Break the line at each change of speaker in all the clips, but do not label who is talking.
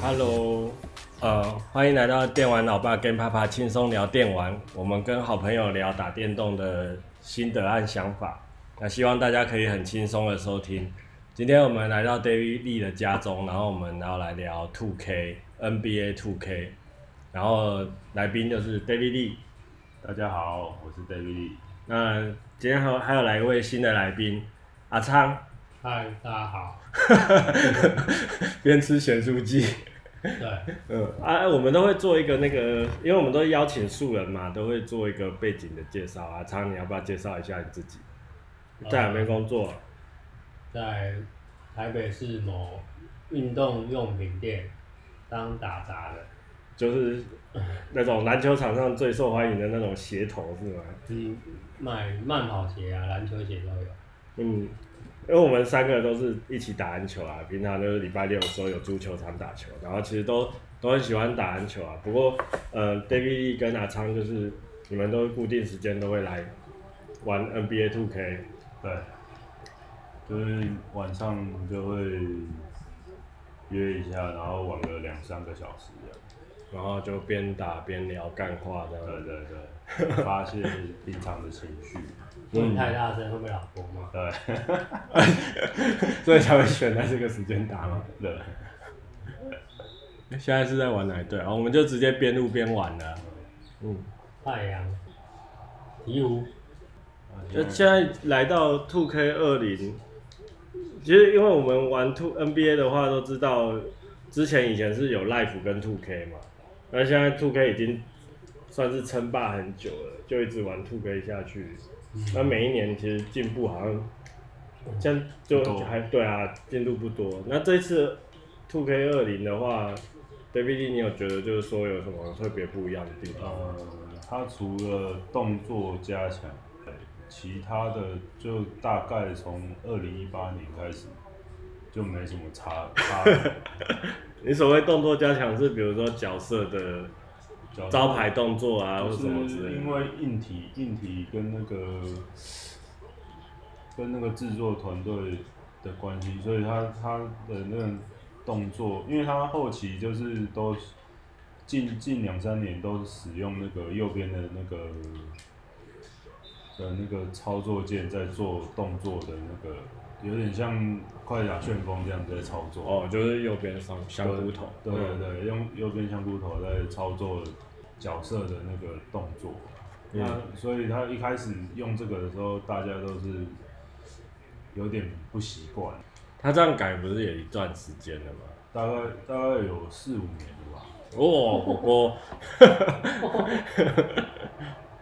Hello，呃，欢迎来到电玩老爸跟爸爸轻松聊电玩。我们跟好朋友聊打电动的心得和想法，那希望大家可以很轻松的收听。今天我们来到 David Lee 的家中，然后我们要来聊 Two K NBA Two K，然后来宾就是 David Lee。
大家好，我是 David。
那今天还有还有来一位新的来宾，阿 昌，
嗨，大家好。
边吃咸酥鸡。
对，
嗯啊，我们都会做一个那个，因为我们都邀请素人嘛，都会做一个背景的介绍啊。昌，你要不要介绍一下你自己？在哪边工作？
在台北市某运动用品店当打杂的，
就是那种篮球场上最受欢迎的那种鞋头是吗？
嗯，卖慢跑鞋啊、篮球鞋都有。
嗯，因为我们三个都是一起打篮球啊，平常就是礼拜六的时候有足球场打球，然后其实都都很喜欢打篮球啊。不过，呃，David Lee 跟阿昌就是你们都固定时间都会来玩 NBA Two K，
对，就是晚上就会约一下，然后玩个两三个小时这样。
然后就边打边聊干话这
对
样。
对对，发泄平常的情绪。
嗯
问太大声会被老婆骂。
对
所以才会选在这个时间打嘛。
对，
现在是在玩哪一队啊？我们就直接边录边玩了。嗯，
太阳、鹈鹕，
就现在来到 Two K 二零，其实因为我们玩 Two NBA 的话，都知道之前以前是有 Life 跟 Two K 嘛，那现在 Two K 已经算是称霸很久了，就一直玩 Two K 下去。那每一年其实进步好像，像就
不多
还对啊，进度不多。那这次 Two K 二零的话，David，Lee，你有觉得就是说有什么特别不一样的地方？
呃，他除了动作加强，对其他的就大概从二零一八年开始就没什么差 差了。
你所谓动作加强是比如说角色的招牌动作啊，或
就
者
是
什么之类
因
的。
为硬体硬体跟那个跟那个制作团队的关系，所以他他的那个动作，因为他后期就是都近近两三年都使用那个右边的那个的那个操作键在做动作的那个，有点像快打旋风这样子在操作。
哦，就是右边上香菇头。嗯
对对对，用右边香菇头在操作角色的那个动作。
嗯
那所以他一开始用这个的时候，大家都是有点不习惯，
他这样改不是也一段时间了吗？
大概大概有四五年了吧。
哦，不过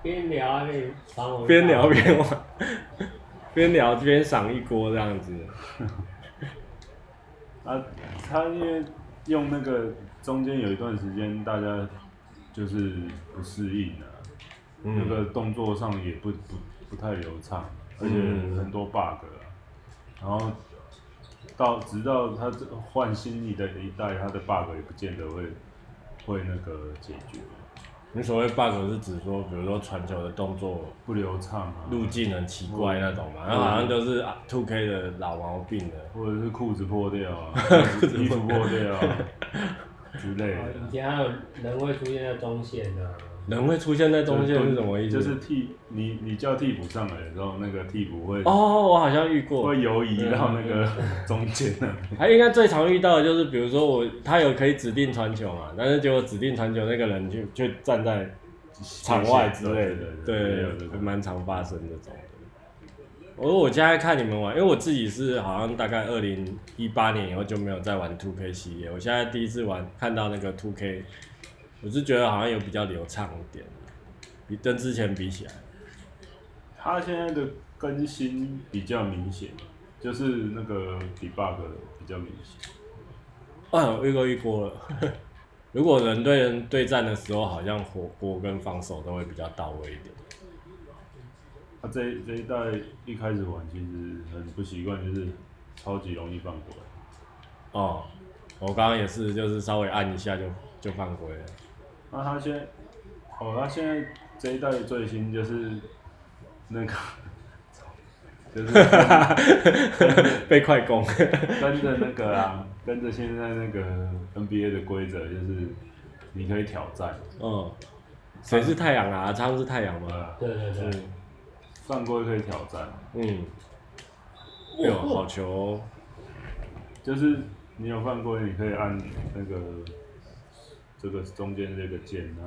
边聊还可以帮我
边聊边玩，边聊边赏一锅这样子。
啊，他因为用那个中间有一段时间，大家就是不适应啊，
嗯
那个动作上也不不不太流畅，而且
嗯
很多 bug，、啊、然后到直到他这换新一的一代，他的 bug 也不见得会会那个解决，
你所谓 bug 是指说，比如说传球的动作
不流畅啊，
路径很奇怪那种嘛，
嗯
然后好像都是啊 two K 的老毛病了。
或者是裤子破 掉啊，衣服破掉啊之类
哦
的
以。前还有人会出现在中线的、
人会出现在中线是什么意思？
就是替你你叫替补上来的时候，那个替补会、
哦，啊我好像遇过，
会游移到那个中间 那里。
还应该最常遇到的就是，比如说我他有可以指定传球嘛，但是结果指定传球那个人就就站在场外之类的，
对对
对
对对，
还
对
蛮常发生这种的。我我现在看你们玩，因为我自己是好像大概二零一八年以后就没有再玩 Two K 系列，我现在第一次玩看到那个 Two K，我是觉得好像有比较流畅一点，比跟之前比起来，
它现在的更新比较明显，就是那个 debug 比较明显。
啊，我遇过一锅了。 如果人对人对战的时候，好像火锅跟防守都会比较到位一点。
它、这一这一代一开始玩其实很不习惯，就是超级容易犯规。
哦，我刚刚也是，就是稍微按一下就就犯规了。
那它现在，哦，它现在这一代最新就是那个超就是跟
被快攻。
跟着那个啊，跟着现在那个 NBA 的规则，就是你可以挑战，
嗯，谁是太阳啊？昌是太阳吗？
呃，
对对对，
嗯
犯规可以挑战，
嗯，哎呦，好球哦！
就是你有犯规，你可以按那个这个中间这个键，那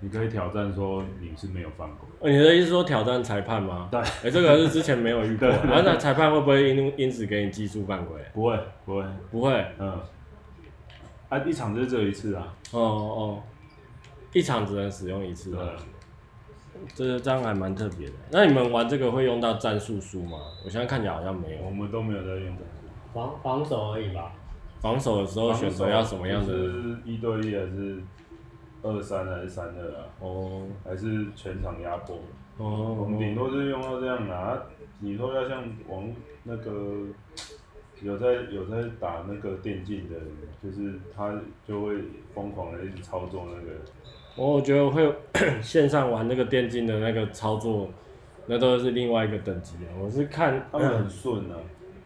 你可以挑战说你是没有犯规。
哦你的意思说挑战裁判吗？
对
哎、这个是之前没有遇过。
对对
然后那裁判会不会因因此给你技术犯规？
不会，不会，
不会，
嗯，啊，一场就只有一次啊，
哦哦，一场只能使用一次
对
的，，这这样还蛮特别的。那你们玩这个会用到战术书吗？我现在看起来好像没
我
有。
们都没有在用的。
防防守而已吧。
防守的时候选择要什么样的？
就是一对一还是二三还是三二啊？
哦
还是全场压迫？我
哦
们顶多是用到这样啊。你说要像王那个有在有在打那个电竞的，就是他就会疯狂的一直操作那个。
哦我我觉得会 线上玩那个电竞的那个操作，那都是另外一个等级的。我是看
他们很顺啊，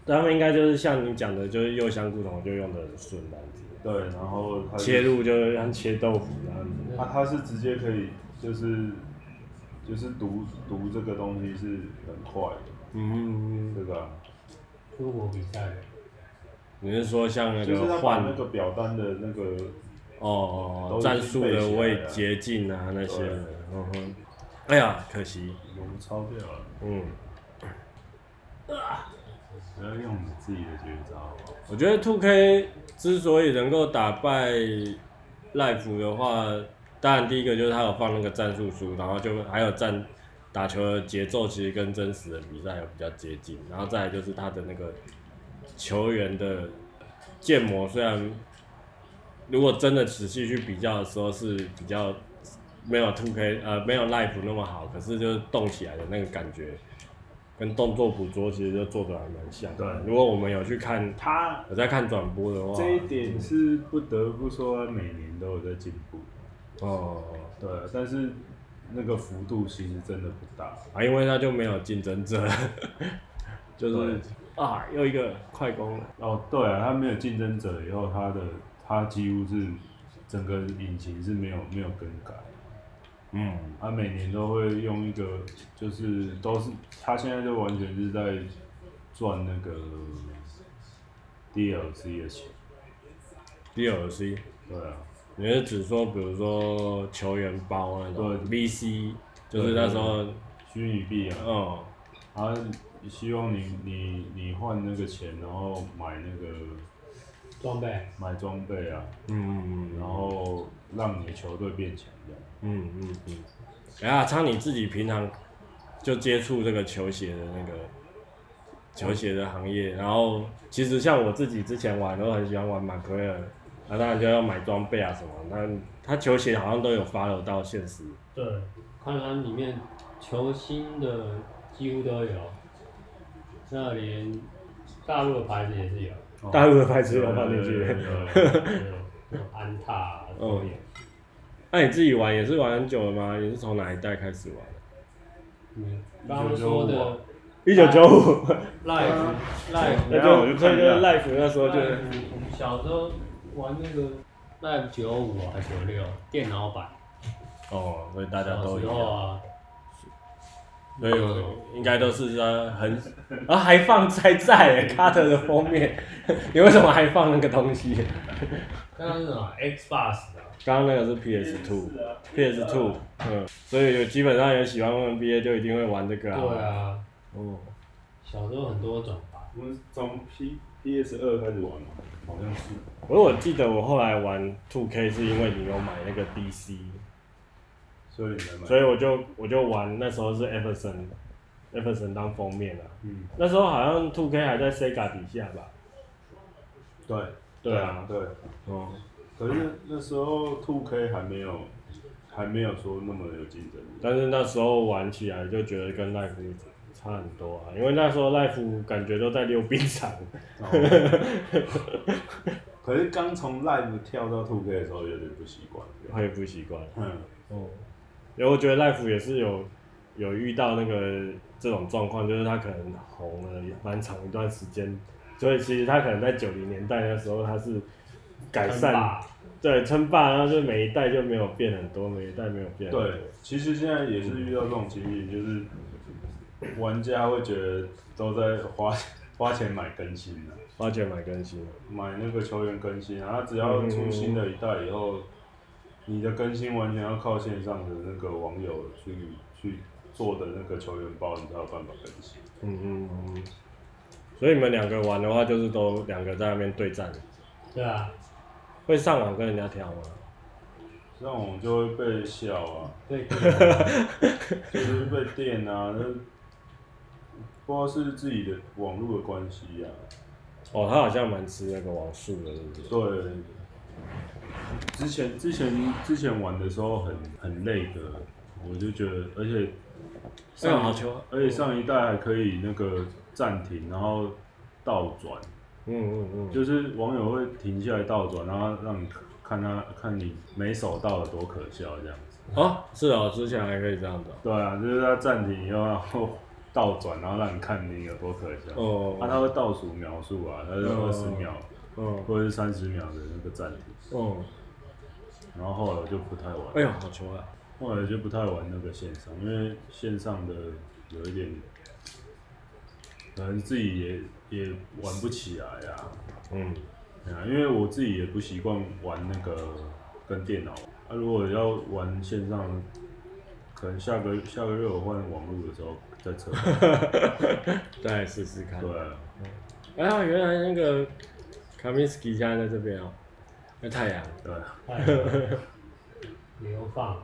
他们应该就是像你讲的，就是右相不同就用的很顺这样子，
对，然后他就
切入就是像切豆腐那样子。
啊，他是直接可以就是就是读读这个东西是很快的，
嗯，
对吧？
出国比赛的，
你是说像那
就是
个
他把
换
那个表单的那个
哦
都已经
战术的
背起
位
来了
捷径啊那些
对
的，嗯哼，哎呀，可惜，
我们抄掉啊了，
嗯，
不要用你自己的绝招啊好不好。
我觉得 Two K 之所以能够打败 Life 的话，当然第一个就是他有放那个战术书，然后就还有战打球的节奏，其实跟真实的比赛有比较接近。然后再来就是他的那个球员的建模，虽然如果真的仔细去比较的时候是比较没有 Two K 呃没有 Life 那么好，可是就是动起来的那个感觉。跟动作捕捉其实就做的还蛮像的。
对
如果我们有去看
他
我在看转播的话，
这一点是不得不说，他每年都有在进步，
哦，
对，啊但是那个幅度其实真的不大。
啊，因为他就没有竞争者， 就是啊，又一个快攻了，
哦，对啊，他没有竞争者以后，他的他几乎是整个引擎是没有没有更改。
嗯，
他每年都会用一个，就是都是他现在就完全是在赚那个 DLC 的钱，
第二 C，
对啊，
你是指说，比如说球员包那种，VC，就是那时候，
虚拟币啊，
嗯，
他希望你你你换那个钱，然后买那个
装备
买装备啊，
嗯，
然后让你球队变强这样。
嗯嗯嗯，哎呀，昌，你自己平常就接触这个球鞋的那个球鞋的行业，然后其实像我自己之前玩，都很喜欢玩马奎尔，那、当然就要买装备啊什么，那他球鞋好像都有 follow 到现实，
对，看它里面球星的几乎都有，那连大陆的牌子也是有，
大陆的牌子
有
有放进去。
有安踏啊
哦
都有。
那、你自己玩也是玩很久了吗？你是从哪一代开始玩？
嗯你刚刚说的
一九九五，
Life Life，
那
然后我
就
就
所以
看
就是
一下，
Life 那时候就是
我们小时候玩那个 Life 九五啊还九六电脑版，
哦，所以大家
小
都
时
有。
候啊，
所以我应该都是呃很，啊还放在在 Cut 的封面， 你为什么还放那个东西？
刚刚是什么 Xbox 的，
刚刚那个是 PS Two，PS Two，嗯，所以有基本上有喜欢 NBA 就一定会玩这个啊。
对，啊，
哦，
小时候很多种吧。
我们从 P PS 二开始玩嘛，好像是。
不过我记得我后来玩 Two K 是因为你有买那个 DC，
所以你来买。
所以我就我就玩那时候是 Everson，Everson 当封面啊，
嗯，
那时候好像 Two K 还在 Sega 底下吧？
对，
对啊，
对。
哦，
可是那那时候 Two K 还没有，还没有说那么有竞争力。
但是那时候玩起来就觉得跟 Life 差很多啊，因为那时候 Life 感觉都在溜冰场，
可是刚从 Live 跳到 Two K 的时候有点不习惯。
会不习惯。
嗯，
哦，因为我觉得 Life 也是有有遇到那个这种状况，就是他可能红了蛮长一段时间，所以其实他可能在九零年代的时候他是改
称
善，
霸
对称霸，然后就每一代就没有变很多，每一代没有变很多。
对，其实现在也是遇到这种情形，就是玩家会觉得都在花花钱买更新了、
花钱买更新了，
买那个球员更新啊，他只要出新的一代以后，你的更新完全要靠线上的那个网友去去做的那个球员包，你才有办法更新。
嗯嗯嗯嗯。所以你们两个玩的话，就是都两个在那边对战，
对啊，
会上网跟人家挑吗？
这样我们就会被笑啊，
对，
就是被电啊，那不知道是自己的网络的关系啊。
哦，他好像蛮吃那个网速的，对不对？
对，之前之前之前玩的时候很很累的，我就觉得，而且
上
上、
好球啊
而且上一代还可以那个暂停，然后倒转，
嗯嗯嗯，
就是网友会停下来倒转，然后让你看他看你没手到的多可笑这样子。
哦，是哦，之前还可以这样子
对啊，就是他暂停以后，然后倒转，然后让你看你有多可笑。
哦。
啊，他会倒数描述啊，他是
嗯
二十秒、
嗯
或者是三十秒的那个暂停，
嗯，
然后后来我就不太玩了。
哎呦，好球啊！
后来就不太玩那个线上，因为线上的有一点，可能自己也也玩不起来啊。
嗯，
对啊，因为我自己也不习惯玩那个跟电脑。啊，如果要玩线上，可能下个下个月我换网络的时候再 测。
再来试试看。
对啊，
哎呀，原来那个卡米斯基家在这边哦，那太阳。
对啊，
太好了流放，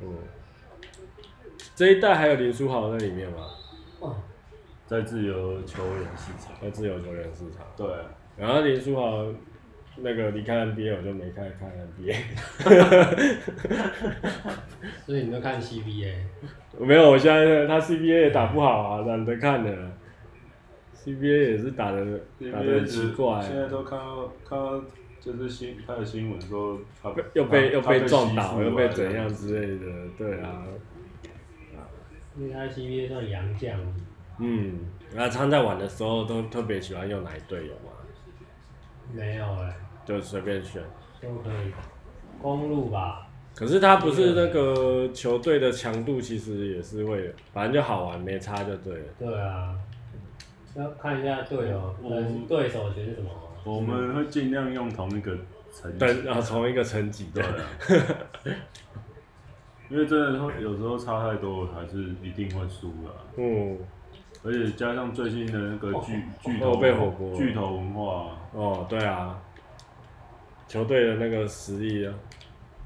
嗯，这一代还有林书豪在里面吗？
哦，
在自由球员市场。
在自由球员市场。
对啊，
然后林书豪那个离开 NBA，我就没开始看 NBA。
所以你都看 CBA，
没有，我现在他 CBA 也打不好啊，懒得看了。CBA 也是打的打的很奇怪、
现在都看到看到就是新他的新闻说他
又被又被撞
他
倒，
欺负啊
又被怎样之类的，对啊，
因为他 CBA 算洋将，
嗯，那他在玩的时候都特别喜欢用哪一队友嘛，
没有哎、
就随便选。
都可以，公路吧，
可是他不是那个球队的强度，其实也是会，反正就好玩，没差就对了。
对啊，要看一下队友，
我
嗯，对手选什么，
我们会尽量用同一个层级，
对，然后啊从一个层级
对
的，
啊，因为真的会有时候差太多，还是一定会输的啊、
嗯，
而且加上最近的那个巨巨头
哦被火锅
巨头文化啊，
哦，对啊，球队的那个实力啊，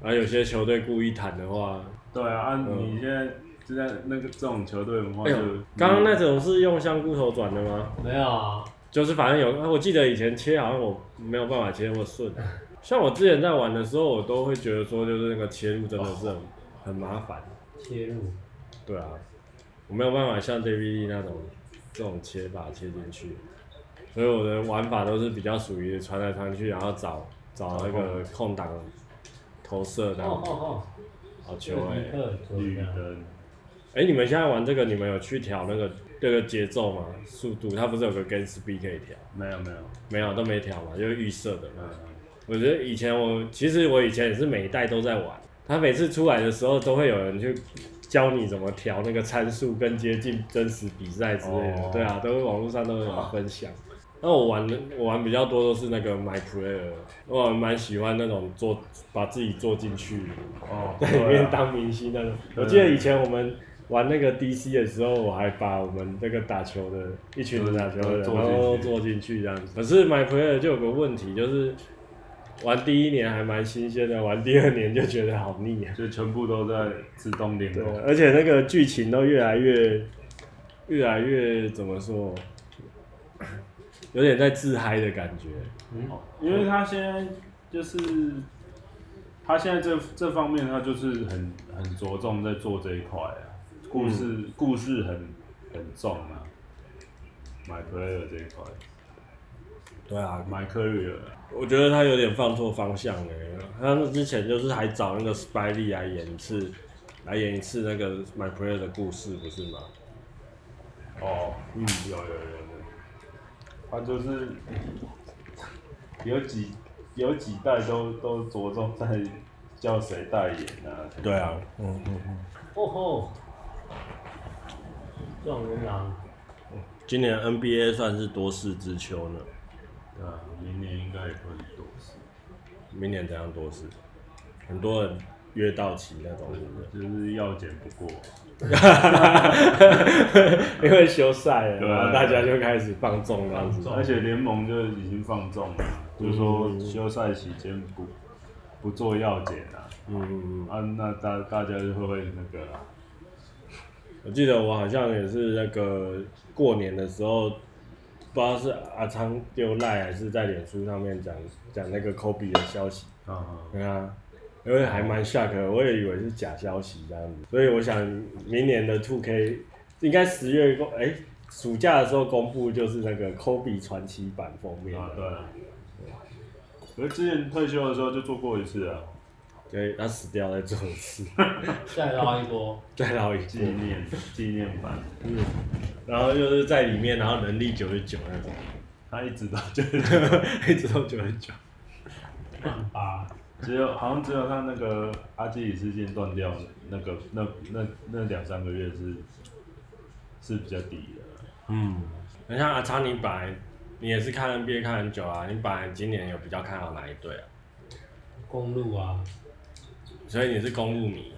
然后有些球队故意谈的话，
对啊，啊
嗯
你现在就在那个这种球队文化
哎
就
呦，刚刚那种是用香菇头转的吗？
没有啊，
就是反正有，啊我记得以前切好像我没有办法切那么顺。啊像我之前在玩的时候，我都会觉得说，就是那个切入真的是很、很麻烦。
切入，
对啊，我没有办法像 DVD 那种这种切法切进去，所以我的玩法都是比较属于传来传去，然后找找那个空档投射
哦
然
哦
后
哦，
好
这
球
个
哎、
尼
欸。
克
绿
准的，
灯，
哎、你们现在玩这个，你们有去调那个这个节奏吗？速度？它不是有个 gain speed 可以调？
没有没有，
没有，都没调嘛，就是预设的嘛。
嗯，
我觉得以前我其实我以前也是每一代都在玩，他每次出来的时候都会有人去教你怎么调那个参数更接近真实比赛之类的，
哦
对啊，都会网络上都会有分享。那我玩的我玩比较多都是那个 My Player，我蛮喜欢那种做把自己做进去，
哦，
在 里面当明星那种。我记得以前我们。玩那个 DC 的时候，我还把我们那个打球的一群人打球的人，
都
然后
都做进去
做进去这样子。可是 My Player 就有个问题，就是玩第一年还蛮新鲜的，玩第二年就觉得好腻啊。
就全部都在自动联
对啊
动，，
而且那个剧情都越来越越来越怎么说，有点在自嗨的感觉。
嗯，
因为他现在就是他现在这这方面，他就是很很着重在做这一块啊，故事、故事很很重啊。My player 这一块
对啊，
，My career，
我觉得他欸有点放错方向了。他们之前就是还找那个 Spy Lee 来演一次来演一次那个 My Player 的故事，不是吗？
哦，嗯，有有有有，他就是有几有几代都都着重在叫谁代言啊，
对啊，嗯嗯嗯，
哦吼，撞人狼，
今年 NBA 算是多事之秋呢，
对啊，明年应该也不会多事，
明年怎样多事？很多人约到期那种，对不
就是要减不过，
对？因为休赛了，
对
然后大家就开始放纵这样子
放。纵
而且联盟就已经放纵了，就
嗯
说休赛期间不不做药检啊，
嗯嗯嗯，
啊，那大大家就会那个啊，
我记得我好像也是那个过年的时候，不知道是阿昌丢赖还是在脸书上面讲讲那个科比的消息，
啊
嗯
啊
对啊，因为还蛮 shock，的我也以为是假消息这样子，所以我想明年的 Two K 应该十月公，哎、暑假的时候公布就是那个 Kobe 传奇版封面
啊，
的，
对啊。可是之前退休的时候就做过一次啊，
所以他死掉再做一 次，
再捞一波，
再捞一
纪
次，
念纪念版，
嗯，然后就是在里面，然后能力九十九那种，
他一直都就是
一直都九十九，
万八，
只有好像只有他那个阿基里斯腱断掉那个那那那两三个月是是比较低的，
嗯，那像阿昌，你本来你也是看 NBA 看很久啊，你本来今年有比较看好哪一队啊？
公路啊，
所以你是公路迷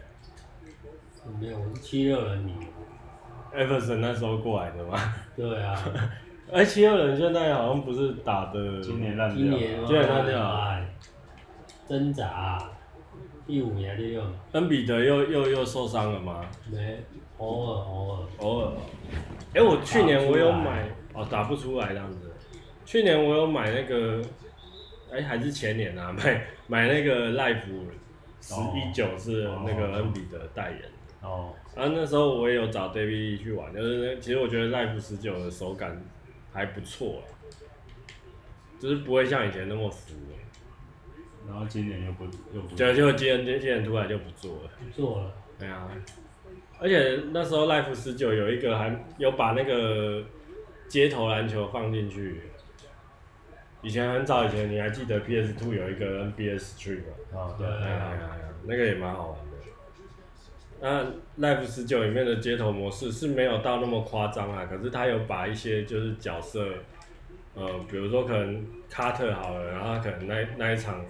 没有，我是七六人迷，
，Everson 那时候过来的吗？
对啊，
而哎七六人现在好像不是打的，
今年烂
今
掉
年
了，
今年烂掉了
哎，挣扎啊，第五名还是第六名？
恩比德又又又受伤了吗？
没，偶尔偶尔，
偶尔。哎、我去年我有
打不出
买
来，
哦，打不出来这样子。去年我有买那个，哎、还是前年啊， 买买那个 Life 十
哦
一九是那个
哦
恩比德代言。
哦，
然后那时候我也有找 David Lee 去玩，就是那其实我觉得 Life 十九的手感还不错啊，就是不会像以前那么浮了。
然后今年又不又不
啊
就就今天今年突然就不做了。
不做了，
对啊，而且那时候 Life 十九有一个还有把那个街头篮球放进去。以前很早以前，你还记得 PS Two 有一个 NBA Stream 吗？
啊对
哎呀呀呀，那个也蛮好玩的。那 Life 十九里面的街头模式是没有到那么夸张啊，可是他有把一些就是角色，呃，比如说可能卡特好了，然后他可能那那一场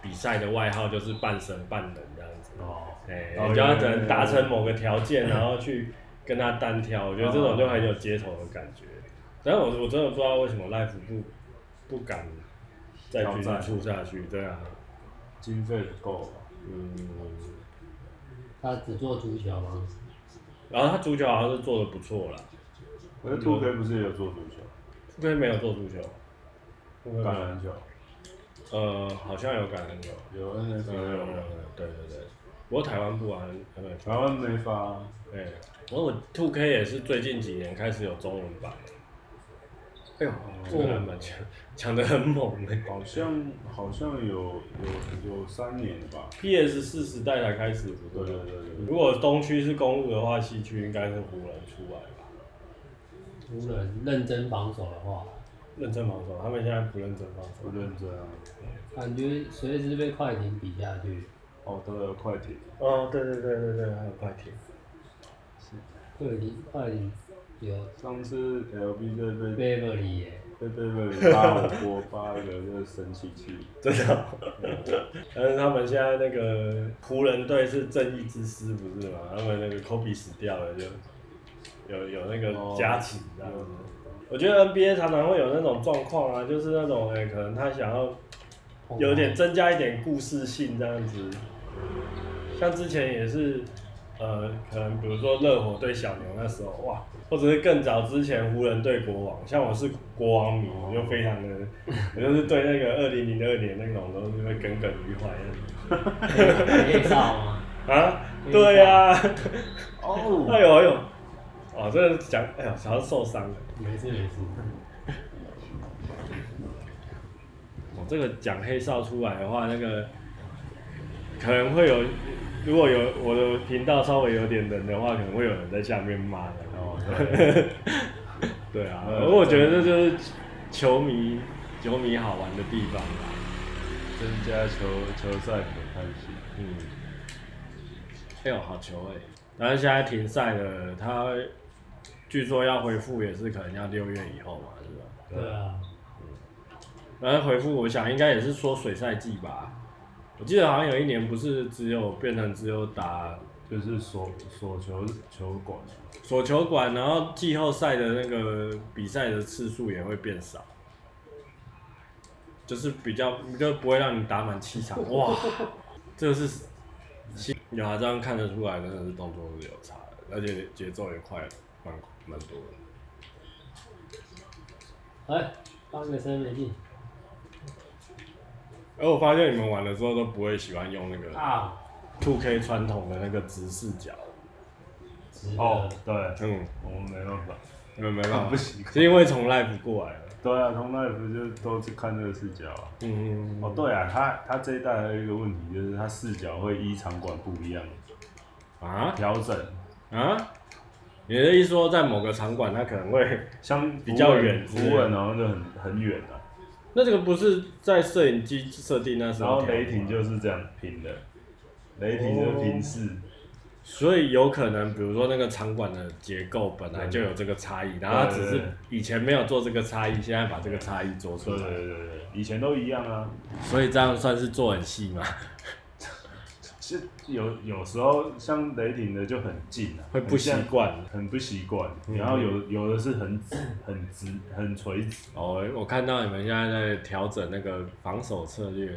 比赛的外号就是半神半人这样子。
哦，
哎、
哦
你就要
有
可能达
有
成
有
某个条件，然后去跟他单挑，我觉得这种就很有街头的感觉。但是我我真的不知道为什么 Life 不不敢再
挑
继续
战
出下去，对啊，
经费不够，
嗯。
他只做足球啊吗？
然后他足球好像是做的不错啦，
可是 Two K 不是也有做足球、
富贵没有做足球，富贵没
橄
有
榄球，
呃，好像有橄榄球，
有 NFL，有
嗯，对对对，不过台湾不玩，呃，
台湾没发，
哎，然后我 Two K 也是最近几年开始有中文版，哎呦，这个还蛮强，强的很猛的、
好像好像有有有三年了吧，
PS 四时代才开始，不
对
对
对？对对。
如果东区是公路的话，西区应该是湖人出来吧？
湖人认真防守的话，
认真防守，他们现在不认真防
不
守。
认真啊！
感觉随时被快艇比下去，
哦，都有快艇，
哦，对对对对对，还有快艇。
快艇快艇有
上次 LB 这被
Beverly 耶，
被被被八五波八个就是神奇气，
真的 哦、但是他们现在那个湖人队是正义之师，不是吗？他们那个科比死掉了，就有有那个家庭这样子。我觉得 NBA 常常会有那种状况啊，就是那种哎、可能他想要
啊
有点增加一点故事性这样子。像之前也是，呃，可能比如说热火对小牛那时候，哇，或者是更早之前湖人对国王，像我是国王迷，我就非常的，我就是对那个二零零二年那种都是会耿耿于怀的。
介绍吗？
啊，对呀、啊，哎
哦，
呦哎呦，哦，这个讲，哎呦，想要受伤了。
没事没事，
哦，这个讲黑哨出来的话，那个可能会有如果有我的频道稍微有点人的话，可能会有人在下面骂的。
哦，对
对啊，
嗯
而我觉得这就是球迷球迷好玩的地方啊啦。
增加球球赛可看性。
嗯，哎呦，好球哎、然后现在停赛了，他据说要恢复也是可能要六月以后嘛，是吧？
对啊，
然后回复我想应该也是说水赛季吧。我记得好像有一年不是只有变成只有打
就是所所球球馆啊，
所球馆，然后季后赛的那个比赛的次数也会变少，就是比较就不会让你打满七场。哇，这个是新有啊，这样看得出来真的是动作是有差的，而且节奏也快了，蛮蛮多的。
哎，当个三美进
而我发现你们玩的时候都不会喜欢用那 个
啊，
2 K 传统的那个直视角，
值
哦
得，
对，
嗯，
我们没办法，
你们没办法，
不习惯
是因为从 live 过来了。
对啊，从来不就都是看这个视角啊。
嗯，
哦，对啊，他他这一代还有一个问题就是他视角会依场馆不一样
啊
调整，
啊！你的意思说，在某个场馆，它可能会
像
比较远
符文好像就很很远啊，
那这个不是在摄影机设定那时
然
候
后
调的吗，哦
雷霆就是这样平的，雷霆就平视，
所以有可能，比如说那个场馆的结构本来就有这个差异，然后它只
对
是
对对
以前没有做这个差异，现在把这个差异做出
对
来，
对对对，以前都一样啊，
所以这样算是做很细嘛，
是有有时候像雷霆的就很近啊，
会不习
很像
惯。嗯
很不习惯，然后有有的是很直很直很垂直，
哦，我看到你们现在在调整那个防守策略，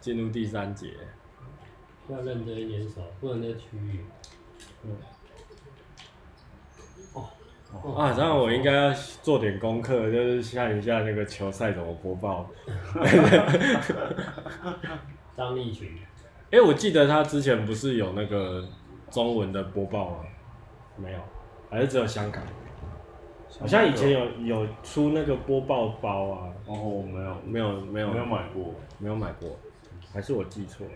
进入第三节。
要认真一点守，不能在区域。
啊，这样我应该要做点功课，就是看一下那个球赛怎么播报。
张力群，
哎、我记得他之前不是有那个中文的播报吗？没有，还是只有香港？好像以前有有出那个播报包啊，
哦，我没有
没有没有
没有买过，
没有买过，还是我记错了？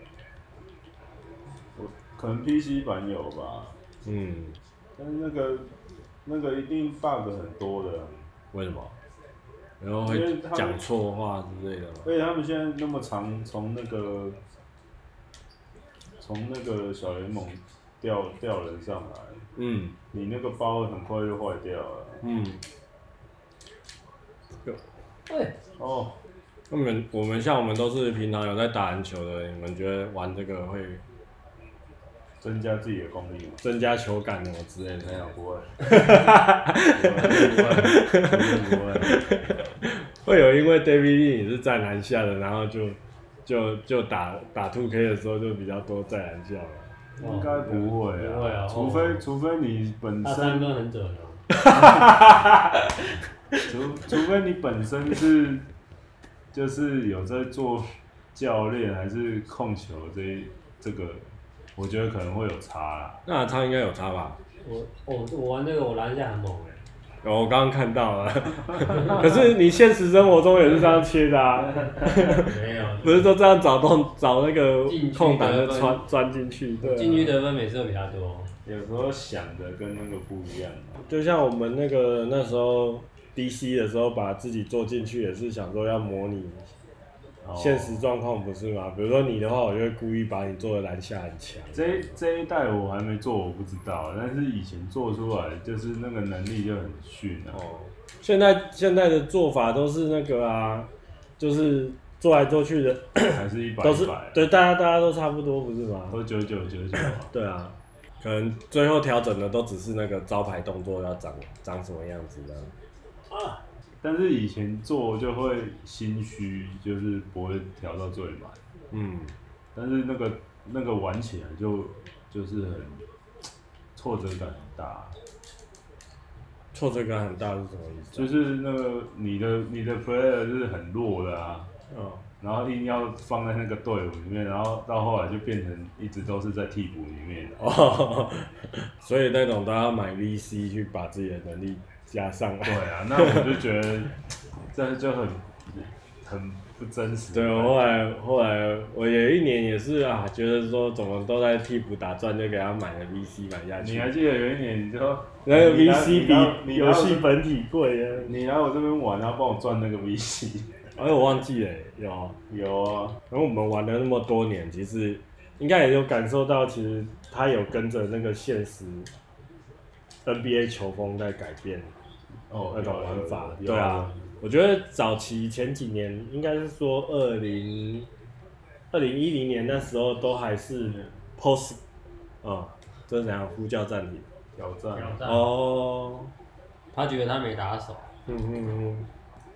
我可能 PC 版有吧，
嗯，
但是那个那个一定 bug 很多的，
为什么？然后
因为
会
他们
讲错话之类的吗？
而且他们现在那么长，从那个从那个小联盟调调人上来，
嗯
你那个包很快就坏掉了。
嗯，
哎，
哦，
那你们我们像我们都是平常有在打篮球的，你们觉得玩这个会
增加自己的功力嘛？
增加球感什么之类
没
的？
有， 不会，不会，不会，不会。
会有因为 David Lee 你是在篮下的，然后就就就打打 Two K 的时候就比较多在篮下了。
应该不会啊，
不会啊
除
哦
非除非你本
他三
身，
分很准哦。
除除非你本身是，就是有在做教练还是控球这一这个，我觉得可能会有差啦。
那他应该有差吧？
我我我玩这个我篮下很猛哎、
有哦我刚刚看到 了，可是你现实生活中也是这样切的啊，
没有，
不是都这样找洞找那个
禁区
空档
得
就
分
穿钻进去？对、啊
禁区。得分每次都比他多。
有时候想的跟那个不一样啊。
就像我们那个那时候 DC 的时候，把自己做进去也是想说要模拟
哦
现实状况，不是吗？比如说你的话，我就会故意把你做的篮下很强。
这一这一代我还没做，我不知道，啊但是以前做出来就是那个能力就很逊啊。
哦，现在现在的做法都是那个啊，就是做来做去的
还是一百
都是
一百，啊
对大家大家都差不多，不是吗？
都九九九九啊。
对啊，可能最后调整的都只是那个招牌动作要长长什么样子的。
但是以前做就会心虚，就是不会调到最满，
嗯，
但是那个那个玩起来就就是很挫折感很大，
挫折感很大是什么意思、
就
啊？
是那个你的你的 player 就是很弱的啊，
嗯，
然后硬要放在那个队伍里面，然后到后来就变成一直都是在替补里面，
哦， 所以那种都要买 VC 去把自己的能力加上来。
对啊，那我就觉得这就很很不真实。
对，我后来后来我有一年也是啊，觉得说怎么都在替补打转，就给他买了 VC 买下
你
去
还，记得有一年你就
那个
你拿
VC
你拿
比
你拿
游戏本体贵耶，
你来我这边玩，然后帮我赚那个 VC，
哎我忘记了有，
有啊，
然后我们玩了那么多年，其实应该也有感受到，其实他有跟着那个现实 NBA 球风在改变。
哦
那种玩法。
有
对啊，，我觉得早期前几年应该是说二零二零一零年那时候都还是 POS，啊、这是怎样呼叫暂停？
有挑战，
战
哦，
他觉得他没打手，
嗯嗯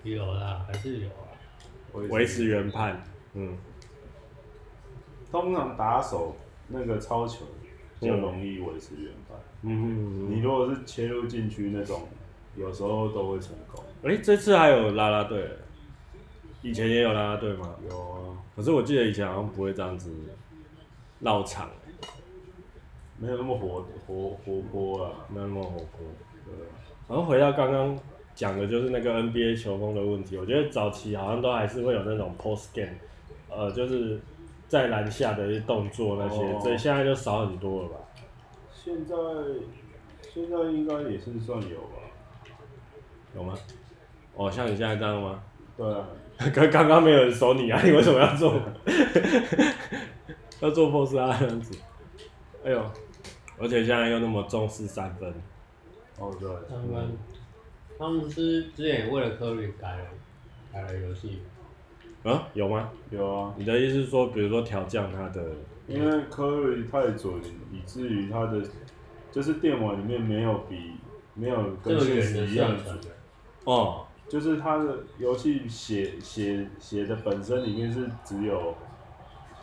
有啦，还是有啊。
嗯，
维
维持原判，嗯，
通常打手那个超球比较容易维持原判。
嗯嗯嗯
你如果是切入禁区那种，有时候都会成功。
哎、这次还有啦啦队，以前也有啦啦队吗？
有啊，
可是我记得以前好像不会这样子绕场，
没有那么活活活泼啊。
没有那么活泼。
对啊
然后回到刚刚讲的，就是那个 NBA 球风的问题。我觉得早期好像都还是会有那种 post game，呃，就是在篮下的一些动作那些
哦，
所以现在就少很多了吧？
现在现在应该也是算有吧？
有吗？哦，像你现在这样吗？
对啊，
可 刚刚没有人守你啊，你为什么要做？ 要做 post 啊，这样子。哎呦，而且现在又那么重视三分，
哦对，
他们他们是之前也为了科瑞改了改了游戏，
啊，有吗？
有啊，
你的意思是说，比如说调降他的，
因为科瑞太准，以至于他的就是电网里面没有比没有
这
跟
个
现
远
实
的
一样
上
准
传，，
哦，
就是他的游戏写写写的本身里面是只有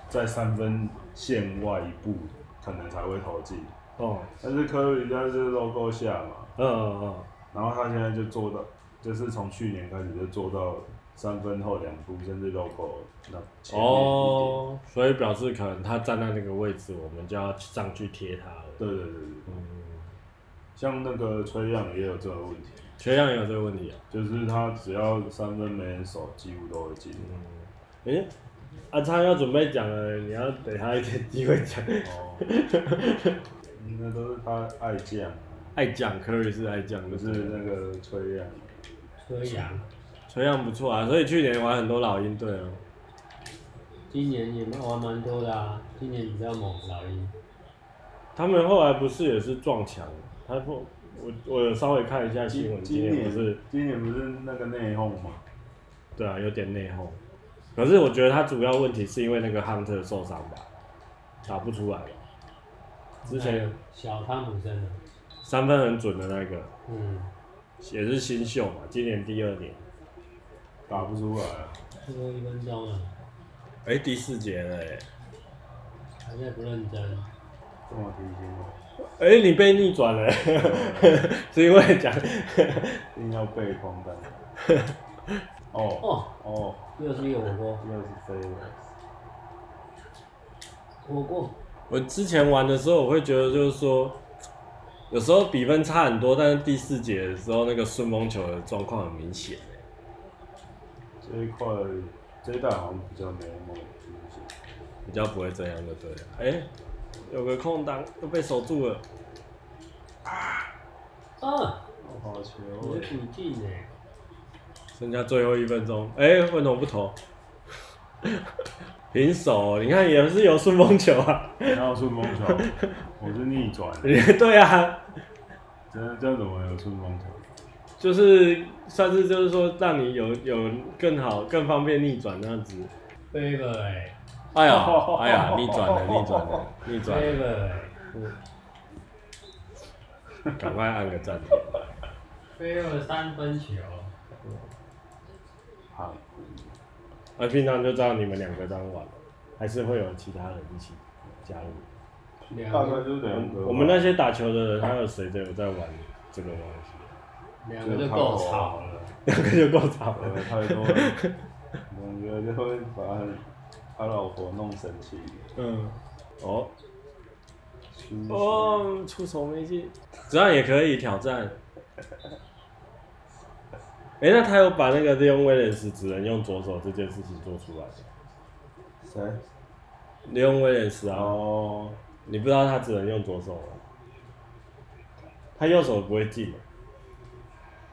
在三分线外一步可能才会投进，
哦，
但是科瑞在这 logo 下嘛，
嗯嗯嗯。
然后他现在就做到，就是从去年开始就做到三分后两步，甚至 logo 那前面一点，
哦，所以表示可能他站在那个位置，我们就要上去贴他了。
对对对对，对
嗯，
像那个崔样也有这个问题。
缺氧也有这个问题啊。
就是他只要三分没人守，几乎都会进。
嗯，诶、阿昌要准备讲了，你要给他一点机会讲。
哦，那都是他爱将，
爱讲科瑞是爱讲，
不
就是是
那个崔样。
车阳
缺氧不错啊，所以去年玩很多老鹰队哦。
今年也玩蛮多的啊，今年比较猛老鹰，
他们后来不是也是撞墙？他后我我有稍微看一下新闻，今
今
年不是
年今年不是那个内讧吗？
对啊，有点内讧。可是我觉得他主要问题是因为那个 Hunter 受伤吧，打不出来了。之前
还有小汤普森的，
三分很准的那个，
嗯，
也是新秀嘛，今年第二年。
打不出来啊！
最后一分钟了，
哎、第四节了哎、
还在不认真，
这么提醒我，
哎、你被逆转了、 是因为讲，
一定要背空单。哦
哦，
哦，
又是一个火锅，
又是飞了。
火锅，
我之前玩的时候，我会觉得就是说，有时候比分差很多，但是第四节的时候那个顺风球的状况很明显、欸。
这一块这一代好像比较没那么明显。
比较不会这样就对了。哎、有个空档又被守住了，
啊，
好球
我
欸！
是古进哎，
剩下最后一分钟，哎、为什么不投？ 平手、你看也是有顺风球啊，
然后顺风球，我是逆转，
对啊，
真的这样怎么有顺风球？
就是算是就是说让你有有更好更方便逆转那样子。
飞了哎，
哎呀 哎呀，逆转了逆转了逆转
飞
了，
了哎。
赶快按个暂停。
飞了三分球，
好，
那啊平常就知道你们两个这样玩，还是会有其他人一起加入。
两
大概
个
就是两个吧。
我们那些打球的人，还有谁都有在玩这个东西，
两个就够吵了。
两个就够吵了。
呃太多了，两个就会把他老婆弄生气。
嗯，哦
休息，
哦，出手没进，这样也可以挑战。哎、那他有把那个 Leon Williams 只能用左手这件事情做出来的
谁？
，Leon Williams 啊，
哦，
你不知道他只能用左手吗？他右手不会进的，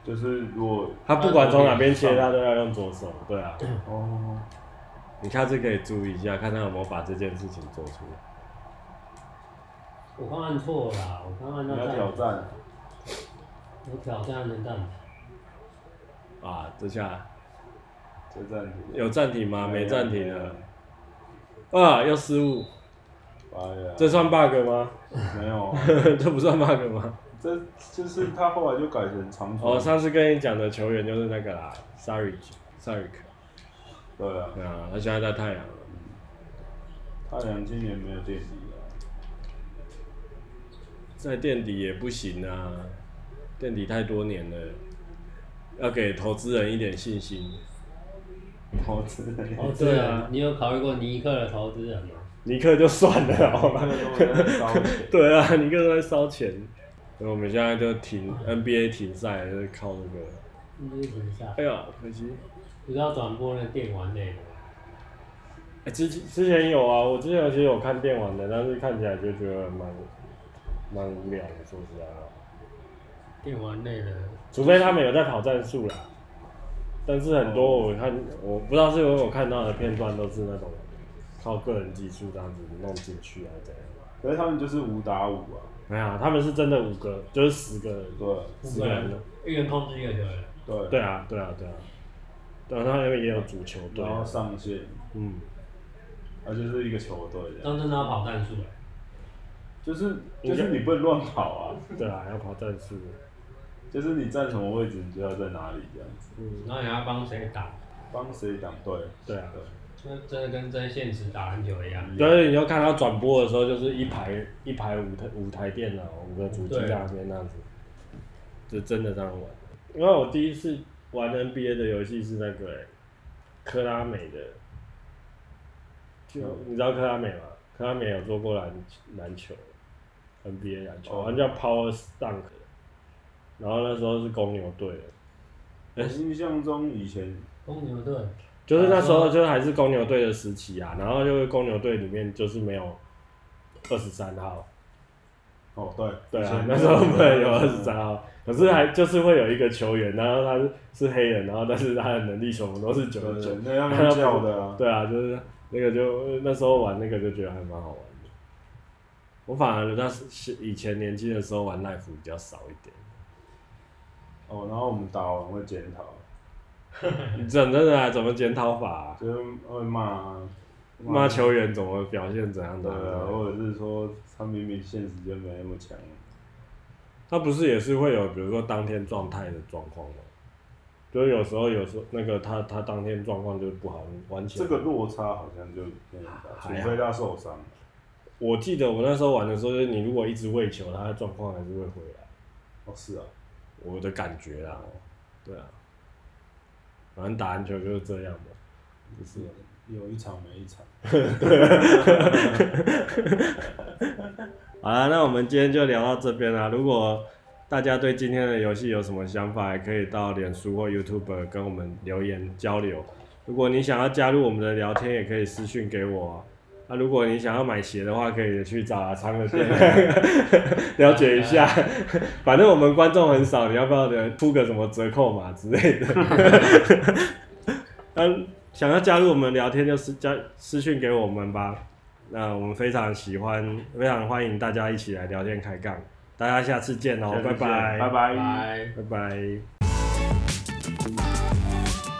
就是如果
他不管从哪边切，他都要用左手。对啊，
哦，
你下次可以注意一下，看他有没有把这件事情做出来。
我刚按错了啊啦，我刚按
你
到
要
蛋
挑
挞，
战，
我挑战了蛋
啊，这下
这暂停，
有暂停吗？没暂停
了
了。，啊，又失误，
哎呀，
这算 bug 吗？
没有 啊，
这不算 bug 吗？
这就是他后来就改成长传，
我、上次跟你讲的球员就是那个啦，Saric，Saric，
对啊，
啊，他现在在太阳了。
太阳今年没有垫底啊，
在垫底也不行啊，垫底太多年了，要给投资人一点信心。
投资人，
投资
对啊
人，哦你有考虑过尼克的投资人吗？
尼克就算了，
哦
好吧？
烧钱，
对啊，尼克都在烧钱。所以我们现在就停 NBA 停赛了，就是靠那个。
你就是停下，
哎呀，可惜。
不知道转播那个电玩类的，
哎、之前之前有啊，我之前其实有看电玩的，但是看起来就觉得蛮蛮无聊的，说实在话。
电玩类的，
除非他们有在跑战术啦。但是很多我看，我不知道是因为我看到的片段都是那种靠个人技术这样子弄进去啊，怎样？
可是他们就是五打五啊，
没有，他们是真的五个，就是十个人，
对
十个人。
一人控制一个球员，
对
对啊，对啊，对啊。对啊，他们也有足球队啊。
然后上线，
嗯，
啊，就是一个球队这样，
当真的要跑战术哎。
就是就是你不能乱跑啊，
对啊，要跑战术。
就是你站什么位置，你就要在哪里这样子，
嗯，
然后你要帮谁打？
帮谁挡队，
对啊。
那真的跟真现实打篮球一样。
但是你就看他转播的时候，就是一排一排五台五台电脑，五个主机在那边那样子，就真的这样玩。因为我第一次玩 NBA 的游戏是那个、欸、科拉美的，就你知道科拉美吗？科拉美有做过篮篮球，NBA 篮球，
哦
好像叫 Power Dunk，然后那时候是公牛队的，
我
哎
印象中以前
公牛队，
就是那时候就是还是公牛队的时期啊，然后就是公牛队里面就是没有二十三号。
哦，对，
对
以嗯
啊
前，
那时候不能有二十三号，可是还就是会有一个球员，然后他是是黑人，然后但是他的能力什么都是九
对
十
对
九
对，。那要用叫的啊，
对啊，就是那个就那时候玩那个就觉得还蛮好玩的。我反而那是以前年轻的时候玩 life 比较少一 点。
哦，然后我们打完会检讨，
你讲真的啊，怎么检讨法啊、
就是会骂啊
骂球员怎么表现怎样
对
的
啊，
啊？
或者是说他明明现实就没那么强，
他不是也是会有，比如说当天状态的状况吗？就是有时候有时候那个他他当天状况就是不好，完全
这个落差好像就没有很大，除
还好
非他受伤。
我记得我那时候玩的时候，就是你如果一直喂球，他的状况还是会回来，
哦，是啊，
我的感觉啦。对啊，反正打篮球就是这样嘛。
就是有一场没一场。
好了，那我们今天就聊到这边啦。如果大家对今天的游戏有什么想法，也可以到脸书或 YouTube 跟我们留言交流。如果你想要加入我们的聊天，也可以私讯给我啊。那、如果你想要买鞋的话，可以去找阿昌的店了解一下。反正我们观众很少，你要不要出个什么折扣码之类的？ 嗯，想要加入我们聊天，就私加私讯给我们吧。那我们非常喜欢，非常欢迎大家一起来聊天开杠。大家下次见哦，
下次
拜
见
拜，
拜拜
拜。
拜拜。